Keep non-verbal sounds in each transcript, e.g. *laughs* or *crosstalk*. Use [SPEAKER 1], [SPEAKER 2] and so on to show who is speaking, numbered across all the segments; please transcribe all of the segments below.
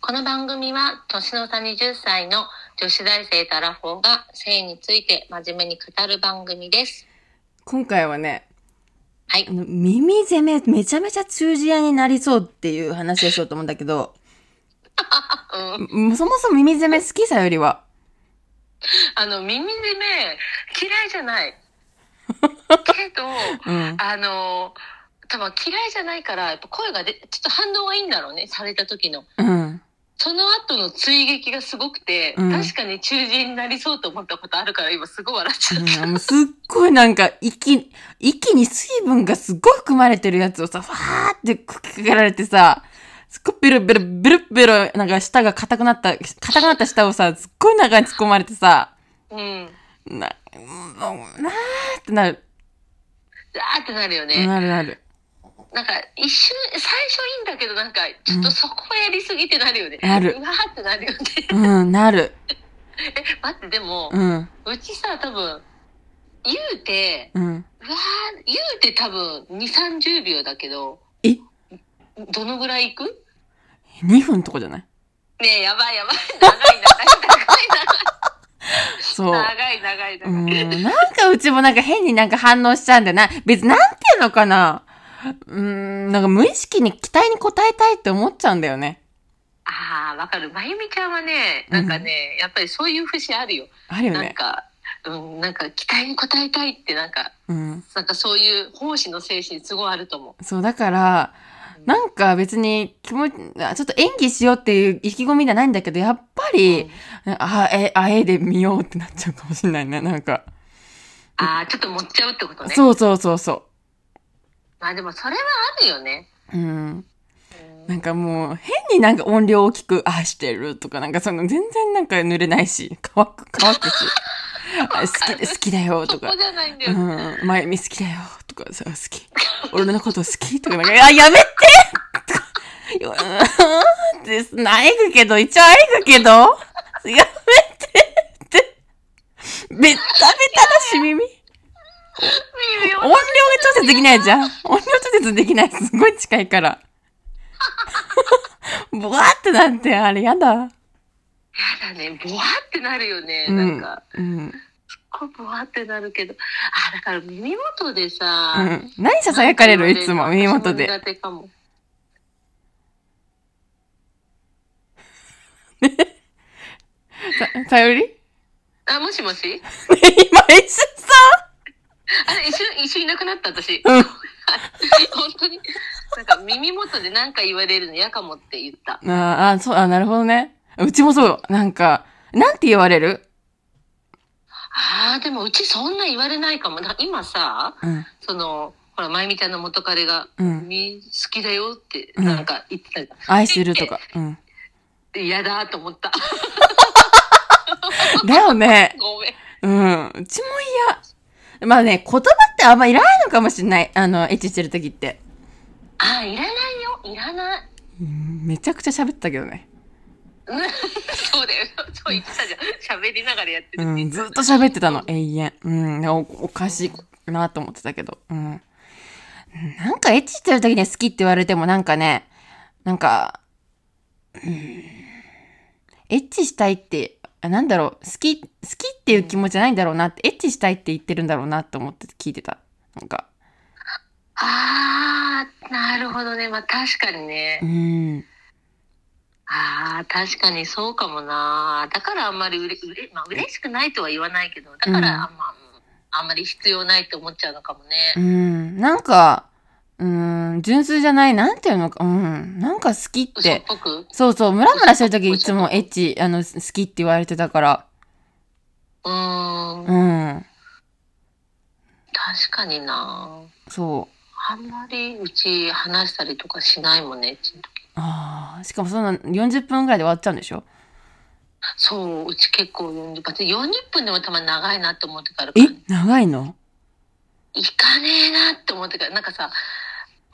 [SPEAKER 1] この番組は年の差20歳の女子大生とアラフォーが性について真面目に語る番組です。
[SPEAKER 2] 今回はね、
[SPEAKER 1] はい
[SPEAKER 2] あ。の耳攻めめちゃめちゃ通じ屋になりそうっていう話をしようと思うんだけど、
[SPEAKER 1] あうん
[SPEAKER 2] うんそもそも耳攻め好きさよりは。
[SPEAKER 1] あの、耳でね、嫌いじゃ *laughs* ない。けど、
[SPEAKER 2] うん。
[SPEAKER 1] あの、多分嫌いじゃないから、やっぱ声がで、ちょっと反応がいいんだろうね、された時の。
[SPEAKER 2] うん。
[SPEAKER 1] その後の追撃がすごくて、
[SPEAKER 2] うん
[SPEAKER 1] 確かに中耳になりそうと思ったことあるから、今すごい笑っちゃった。
[SPEAKER 2] うん、もうすっごいなんか、息、息に水分がすっごい含まれてるやつをさ、わーってかけられてさ、すっごいベロベロ、ベロベロ、なんか舌が硬くなった、硬くなった舌をさ、すっごい中に突っ込まれてさ、
[SPEAKER 1] うん。
[SPEAKER 2] な、うんなーってなる。
[SPEAKER 1] あーってなるよね。
[SPEAKER 2] なるなる。
[SPEAKER 1] なんか一瞬、最初いいんだけど、なんか、ちょっとそこはやりすぎってなるよね。
[SPEAKER 2] うんなる
[SPEAKER 1] うわーってなるよね。 *laughs*
[SPEAKER 2] うん、なる。
[SPEAKER 1] え、待って、でも
[SPEAKER 2] う、ん、
[SPEAKER 1] うちさ、多分、言うて、
[SPEAKER 2] うん。
[SPEAKER 1] うわー、言うて多分、2、30秒だけど、
[SPEAKER 2] え
[SPEAKER 1] どのぐらいいく
[SPEAKER 2] 2分とかじゃない
[SPEAKER 1] ねえ、やばいやばい。長い
[SPEAKER 2] *laughs* そう。
[SPEAKER 1] 長い長い長い長い長い長
[SPEAKER 2] う
[SPEAKER 1] い
[SPEAKER 2] ん、なんかうちもなんか変になんか反応しちゃうんだよな。別になんていうのかな。うん、なんか無意識に期待に応えたいって思っちゃうんだよね。
[SPEAKER 1] ああ、わかる。まゆみちゃんはね、なんかね、やっぱりそういう節あるよ。
[SPEAKER 2] あるよ
[SPEAKER 1] なん
[SPEAKER 2] ね。
[SPEAKER 1] か、うん、なんか期待に応えたいって、なんか、
[SPEAKER 2] うん。
[SPEAKER 1] なんかそういう奉仕の精神すごいあると思う。
[SPEAKER 2] そう、だから、なんか別に気持ち、あちょっと演技しようっていう意気込みじゃないんだけど、やっぱり、あ、え、あえで見ようってなっちゃうかもしれないね。なんか。
[SPEAKER 1] ああ、ちょっと持っちゃうってことね。
[SPEAKER 2] そうそうそうそ
[SPEAKER 1] まあでもそれはあるよね。
[SPEAKER 2] う。うん。なんかもう変になんか音量大きく、あ、してるとか、なんかその全然なんか濡れないし、 *laughs* 乾く、乾くし、あ好きで、好きだよ
[SPEAKER 1] そ
[SPEAKER 2] と
[SPEAKER 1] こ
[SPEAKER 2] か、
[SPEAKER 1] じゃないんだ
[SPEAKER 2] う
[SPEAKER 1] よ。
[SPEAKER 2] ん、まゆみ好きだよとか、さ、好き。俺のこと好きとか、なんか、あ、やめてとか、うん、って、あえぐけど、一応あえぐけど、やめて *laughs* って、べったべただし耳。
[SPEAKER 1] 微妙
[SPEAKER 2] 音量が調節できないじゃん。音量調節できない。すごい近いから。 *laughs* ぼわってなって、あれやだ。
[SPEAKER 1] やだね。ぼわってなるよね。
[SPEAKER 2] う。
[SPEAKER 1] なんんか、
[SPEAKER 2] うん。
[SPEAKER 1] こうぼわってなるけど。あ、だから耳元でさ。
[SPEAKER 2] うん。何ささやかれるいつも、耳元
[SPEAKER 1] 私も
[SPEAKER 2] で。
[SPEAKER 1] 苦手かも。
[SPEAKER 2] さ、さより
[SPEAKER 1] あ、もしもし
[SPEAKER 2] 今一瞬
[SPEAKER 1] あれ、一瞬、一瞬いなくなった
[SPEAKER 2] *laughs*
[SPEAKER 1] 私。
[SPEAKER 2] さ、うん。
[SPEAKER 1] 本当に。なんか耳元で何か言われるの嫌かもって言った。
[SPEAKER 2] あーあ、そう、あ、なるほどね。うちもそう。なんか、なんて言われる
[SPEAKER 1] ああ、でもうちそんな言われないかも。だから今さ、
[SPEAKER 2] うん。
[SPEAKER 1] その、ほら、まゆみちゃんの元彼が、
[SPEAKER 2] うん
[SPEAKER 1] み好きだよって、
[SPEAKER 2] うん
[SPEAKER 1] なんか言ってたじゃん
[SPEAKER 2] 愛してるとか。うん。
[SPEAKER 1] 嫌だと思った。
[SPEAKER 2] だよね。
[SPEAKER 1] *laughs* ごめん。
[SPEAKER 2] うん。うちも嫌。まあね、言葉ってあんまいらないのかもしれない。あの、エッチしてる時って。
[SPEAKER 1] あ、いらないよ。いらない。
[SPEAKER 2] うんめちゃくちゃ喋ってたけどね。
[SPEAKER 1] うんそうだよ。 *laughs* そう言ってたじゃん。喋りながらやってる。
[SPEAKER 2] うん、ずっと喋ってたの、永遠。うん、おおかしいなと思ってたけど。うん。なんかエッチしてる時に好きって言われてもなんかね、なんか、うん、エッチしたいって、あなんだろう、好き、好きっていう気持ちじゃないんだろうなって、エッチしたいって言ってるんだろうなと思って聞いてた。なんか、
[SPEAKER 1] ああ、なるほどね。まあ確かにね
[SPEAKER 2] う。ん、
[SPEAKER 1] ああ、確かにそうかもな。だからあんまりうれ、うれ、まあ嬉しくないとは言わないけど、だからあんま、うんあんまり必要ないって思っちゃうのかもね。
[SPEAKER 2] うん、なんか、うん、純粋じゃない、なんていうのか、うん、なんか好きっ、
[SPEAKER 1] 嘘ってぽく。
[SPEAKER 2] そうそう、ムラムラしてる *laughs* 時いつもエッチ、あの、好きって言われてたから、
[SPEAKER 1] うーん、
[SPEAKER 2] うん。
[SPEAKER 1] 確かにな。
[SPEAKER 2] そう。
[SPEAKER 1] あんまりうち話したりとかしないもんね、うちの時
[SPEAKER 2] ああ、しかもそんな40分ぐらいで終わっちゃうんでしょ
[SPEAKER 1] そう、うち結構40分。40分でもたまに長いなって思ってから。
[SPEAKER 2] え長いの
[SPEAKER 1] 行かねえなって思ってから。なんかさ、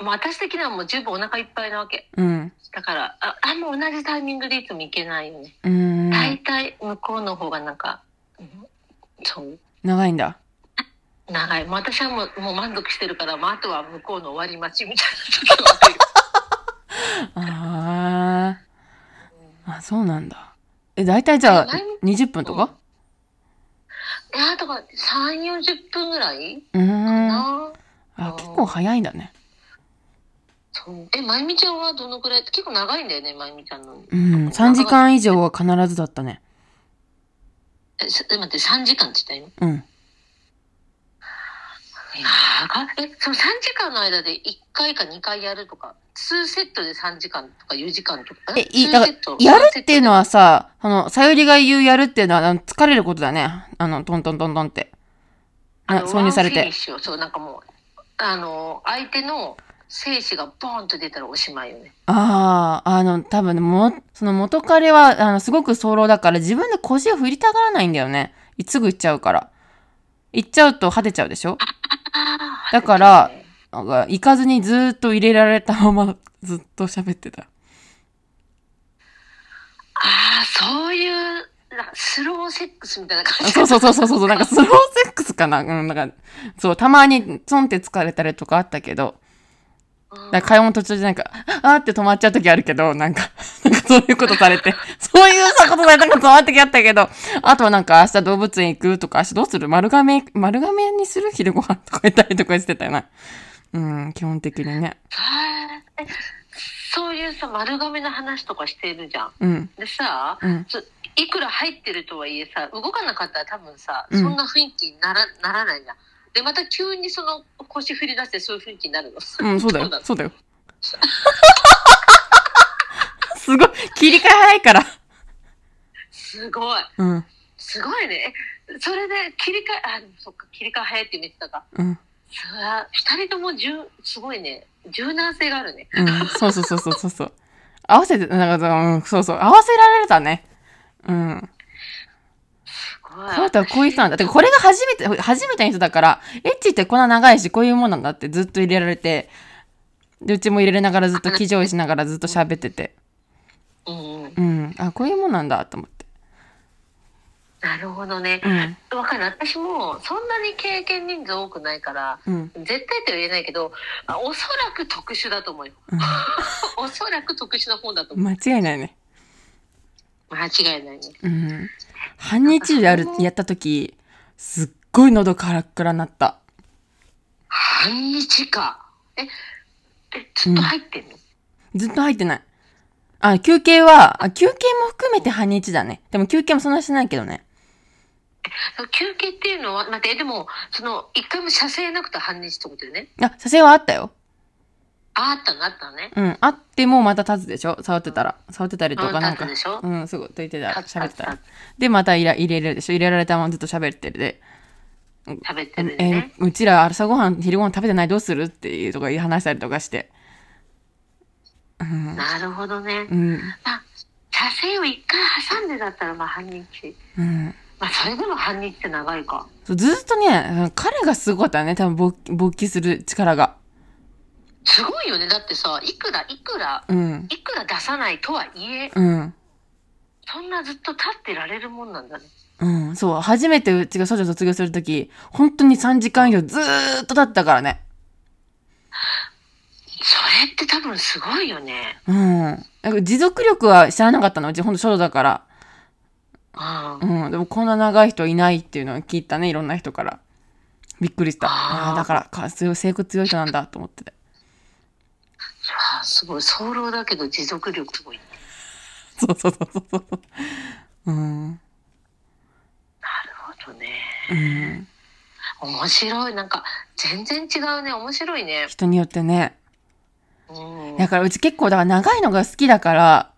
[SPEAKER 1] もう私的にはもう十分お腹いっぱいなわけ。
[SPEAKER 2] うん。
[SPEAKER 1] だから、あ、あもう同じタイミングでいつも行けないよね。
[SPEAKER 2] うーん。
[SPEAKER 1] 大体向こうの方がなんか、うんそう、
[SPEAKER 2] 長いんだ。
[SPEAKER 1] 長い。もう私はもうもう満足してるから、もうあとは向こうの終
[SPEAKER 2] *laughs*
[SPEAKER 1] わり待ちみたいな時はあるよ。
[SPEAKER 2] ああ。あ、そうなんだ。え、大体じゃあ
[SPEAKER 1] 前も、
[SPEAKER 2] 20分とか
[SPEAKER 1] いや、だから3、40分ぐらいう
[SPEAKER 2] ーん。あ、
[SPEAKER 1] な。
[SPEAKER 2] 結構早いんだね。
[SPEAKER 1] そうえ、まゆみちゃんはどのくらい結構長いんだよね、まゆみちゃんの。
[SPEAKER 2] うん。3時間以上は必ずだったね。
[SPEAKER 1] え、すえ待って、3時間って言った今。
[SPEAKER 2] うん。
[SPEAKER 1] 長いえ、その3時間の間で1回か2回やるとか、2セットで3時間とか4時間とか。
[SPEAKER 2] え、い、
[SPEAKER 1] 2
[SPEAKER 2] だか
[SPEAKER 1] セット
[SPEAKER 2] ら、やるっていうのはさ、あの、さゆりが言うやるっていうのは、あの疲れることだね。あの、トントントントンって。
[SPEAKER 1] あ
[SPEAKER 2] な
[SPEAKER 1] の
[SPEAKER 2] 挿入され
[SPEAKER 1] ワンフィニッ。
[SPEAKER 2] て
[SPEAKER 1] シュをそう、なんかもう、あの、相手の精子がボーンと出たらおしまいよね。
[SPEAKER 2] ああ、あの、多分ね、も、その元彼は、あの、すごく早漏だから、自分で腰を振りたがらないんだよね。いすぐ行っちゃうから。行っちゃうと果てちゃうでしょだからなんか行かずにずーっと入れられたまま、ずっと喋ってた。
[SPEAKER 1] ああ、そういう、なんかスローセックスみたいな感じ。
[SPEAKER 2] そうそうそうそうそう、なんかスローセックスかなうん、なんか、そう、たまに、ツンって疲れたりとかあったけど、
[SPEAKER 1] うん
[SPEAKER 2] だから会話の途中でなんか、あーって止まっちゃう時あるけど、なんか、 *laughs* なんかそういうことされて、 *laughs* そういうことされたから止まる時あったけど、あとはなんか明日動物園行くとか、明日どうする丸亀、丸亀にする昼ご飯とか言ったりとかしてたよな。うん、基本的にね。
[SPEAKER 1] へーえそういうさ、丸亀の話とかしてるじゃん。
[SPEAKER 2] うん、
[SPEAKER 1] でさ、
[SPEAKER 2] うん。
[SPEAKER 1] ついくら入ってるとはいえさ、動かなかったら多分さ、
[SPEAKER 2] うん
[SPEAKER 1] そんな雰囲気にならならないじゃん。で、また急にその腰振り出してそういう雰囲気になるの。
[SPEAKER 2] うん、そうだ
[SPEAKER 1] *laughs* ど
[SPEAKER 2] よ
[SPEAKER 1] な。の
[SPEAKER 2] そうだよ。 *laughs* すごい、切り替え早いから。
[SPEAKER 1] すごい。
[SPEAKER 2] うん、
[SPEAKER 1] すごいね。えそれで切り替え、あ、でもそっか、切り替え早いって見てたか。
[SPEAKER 2] うん、
[SPEAKER 1] そりゃ二人ともじゅんすごいね。柔軟性があるね。
[SPEAKER 2] うん。そうそうそうそうそうそう。合わせて、なんか、うん、そうそう。合わせられたね。うん。
[SPEAKER 1] すご
[SPEAKER 2] この
[SPEAKER 1] い。
[SPEAKER 2] 人はこういう人なんだ。てかこれが初めて、初めての人だから、エッチってこんな長いし、こういうもんなんだってずっと入れられて、で、うちも入れながらずっと気乗しながらずっと喋ってて、
[SPEAKER 1] うんうん。
[SPEAKER 2] うん、あ、こういうもんなんだと思って。
[SPEAKER 1] なるほどね。
[SPEAKER 2] うん、
[SPEAKER 1] わかる私もそんなに経験人数多くないから
[SPEAKER 2] うん、
[SPEAKER 1] 絶対とは言えないけどあおそらく特殊だと思うよおそらく特殊な方だと思
[SPEAKER 2] 間違いないね。
[SPEAKER 1] う間違いないね
[SPEAKER 2] うん。半日でやる、やった時、すっごい喉カラッカラになった。
[SPEAKER 1] 半日かええずっと入ってんの、
[SPEAKER 2] ずっと入ってない。あ、休憩は、あ休憩も含めて半日だね。でも休憩もそんなしてないけどね。
[SPEAKER 1] 休憩っていうのは待ってえでもその一回も射精なくて半日ってことよね
[SPEAKER 2] あ、写生はあったよ。
[SPEAKER 1] ああったのあったのね
[SPEAKER 2] うん、あってもまた立つでしょ触ってたら。触ってたりと
[SPEAKER 1] う
[SPEAKER 2] か
[SPEAKER 1] ん
[SPEAKER 2] なんか。
[SPEAKER 1] 立つでしょ
[SPEAKER 2] うん、すぐといてたら、
[SPEAKER 1] 立つ立つ
[SPEAKER 2] 喋ってたら
[SPEAKER 1] 立。
[SPEAKER 2] で、また入れ入れるでしょ入れられたままずっと喋ってるで。
[SPEAKER 1] 食べて
[SPEAKER 2] え
[SPEAKER 1] るね、
[SPEAKER 2] えうちら朝ごはん、昼ごはん食べてないどうするっていうとか言い話したりとかして。うん。
[SPEAKER 1] なるほどね、
[SPEAKER 2] うん。
[SPEAKER 1] あ射精を一回挟んでだったらまあ半日
[SPEAKER 2] うん。
[SPEAKER 1] まあそれでも半日って長いか
[SPEAKER 2] そうずっとね、彼がすごかったね。多分勃起、勃起する力が。
[SPEAKER 1] すごいよねだってさいくらいくら
[SPEAKER 2] うん。
[SPEAKER 1] いくら出さないとはいえ
[SPEAKER 2] うん。
[SPEAKER 1] そんなずっと立ってられるもんなんだね
[SPEAKER 2] うん。そう。初めてうちが少女卒業するとき、本当に3時間以上ずーっと経ったからね。
[SPEAKER 1] それって多分すごいよね
[SPEAKER 2] うん。なんか持続力は知らなかったの。うちほんと初老だから。
[SPEAKER 1] うんあ
[SPEAKER 2] うん、でもこんな長い人いないっていうのを聞いたね、いろんな人から。びっくりした。
[SPEAKER 1] あー
[SPEAKER 2] ああー、だから、か強い性格強い人なんだと思ってて。
[SPEAKER 1] あすごい早漏だけど持続力すごい
[SPEAKER 2] そうそうそうそうそう。うん。
[SPEAKER 1] なるほどね
[SPEAKER 2] うん。
[SPEAKER 1] 面白いなんか全然違うね面白いね
[SPEAKER 2] 人によってね。
[SPEAKER 1] うん
[SPEAKER 2] だからうち結構、だから長いのが好きだから、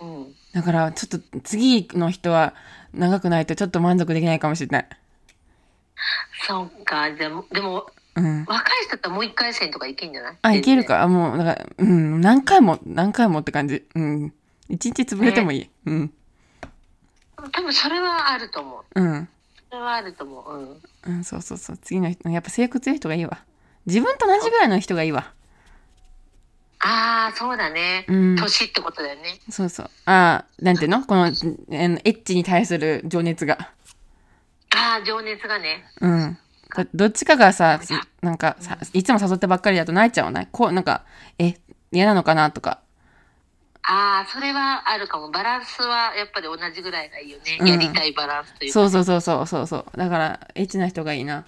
[SPEAKER 1] うん
[SPEAKER 2] だからちょっと次の人は長くないとちょっと満足できないかもしれない。
[SPEAKER 1] そっかでもでも
[SPEAKER 2] うん。
[SPEAKER 1] 若い人だったらもう一回戦とかいけんじゃない
[SPEAKER 2] あ、いけるか。あもう、だから、うん、何回も、何回もって感じ。うん。一日潰れてもいい。うん。
[SPEAKER 1] 多分それはあると思う
[SPEAKER 2] うん。
[SPEAKER 1] それはあると思ううん
[SPEAKER 2] うん、そうそうそう。次の人、やっぱ性格強い人がいいわ。自分と同じぐらいの人がいいわ。
[SPEAKER 1] ああそうだね、
[SPEAKER 2] うん。
[SPEAKER 1] 年ってことだよね
[SPEAKER 2] そうそう。ああ、なんていうのこの、えーエッチに対する情熱が。
[SPEAKER 1] ああ情熱がね
[SPEAKER 2] うん。だどっちかがさ、すなんかさ、いつも誘ってばっかりだと泣いちゃわないこう、なんか、え、嫌なのかなとか。
[SPEAKER 1] ああ、それはあるかも。バランスはやっぱり同じぐらいがいいよね。
[SPEAKER 2] うん
[SPEAKER 1] やりたいバランスというか。
[SPEAKER 2] そうそうそうそうそうそう。だから、エッチな人がいいな。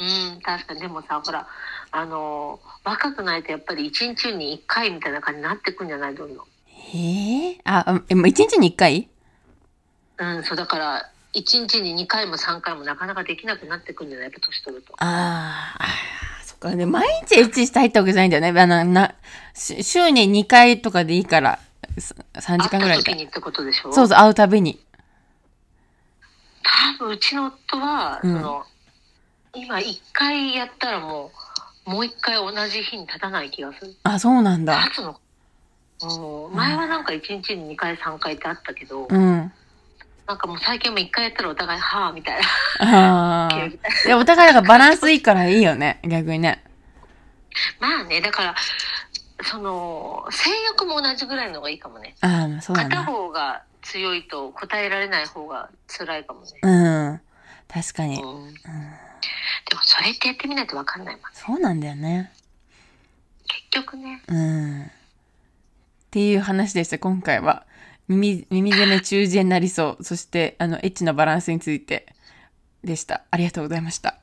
[SPEAKER 1] うん、確かに。でもさ、ほら、あのー若くないとやっぱり一日に一回みたいな感じになってくんじゃないどんどん。
[SPEAKER 2] ええあ、あえ、もう一日に一回
[SPEAKER 1] うん、そうだから、一日に2回も3回もなかなかできなくなってくんじゃないやっぱ年取ると。
[SPEAKER 2] あーあー、そっか。で、毎日エッチしたいってわけじゃないんだよね。あの、な、し週に2回とかでいいから、さ3時間ぐら
[SPEAKER 1] 会っ
[SPEAKER 2] い
[SPEAKER 1] た時に
[SPEAKER 2] で。
[SPEAKER 1] ってことでしょ
[SPEAKER 2] そうそう、会うたびに。
[SPEAKER 1] 多分うちの夫は、
[SPEAKER 2] うん
[SPEAKER 1] その今一回やったらもうもう一回同じ日に立たない気がする
[SPEAKER 2] あ、そうなんだ。
[SPEAKER 1] 立つのうん前はなんか一日に2回3回ってあったけど、
[SPEAKER 2] うん。
[SPEAKER 1] なんかもう最近も1回やったらお互い「はあ」みたいな
[SPEAKER 2] ああ。いや、お互いがバランスいいからいいよね。逆にね。
[SPEAKER 1] まあねだからその性欲も同じぐらいの方がいいかもね
[SPEAKER 2] ああ、まあそうだ
[SPEAKER 1] 片
[SPEAKER 2] な。
[SPEAKER 1] 方が強いと答えられない方が辛いかもね、
[SPEAKER 2] うん。確かに。
[SPEAKER 1] うんでもそれってやってみないと分かんないもん
[SPEAKER 2] そうなんだよね。
[SPEAKER 1] 結局ね
[SPEAKER 2] うん。っていう話でした、今回は。耳、耳攻め中耳炎になりそう。そして、あの、エッチなバランスについてでした。ありがとうございました。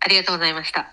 [SPEAKER 1] ありがとうございました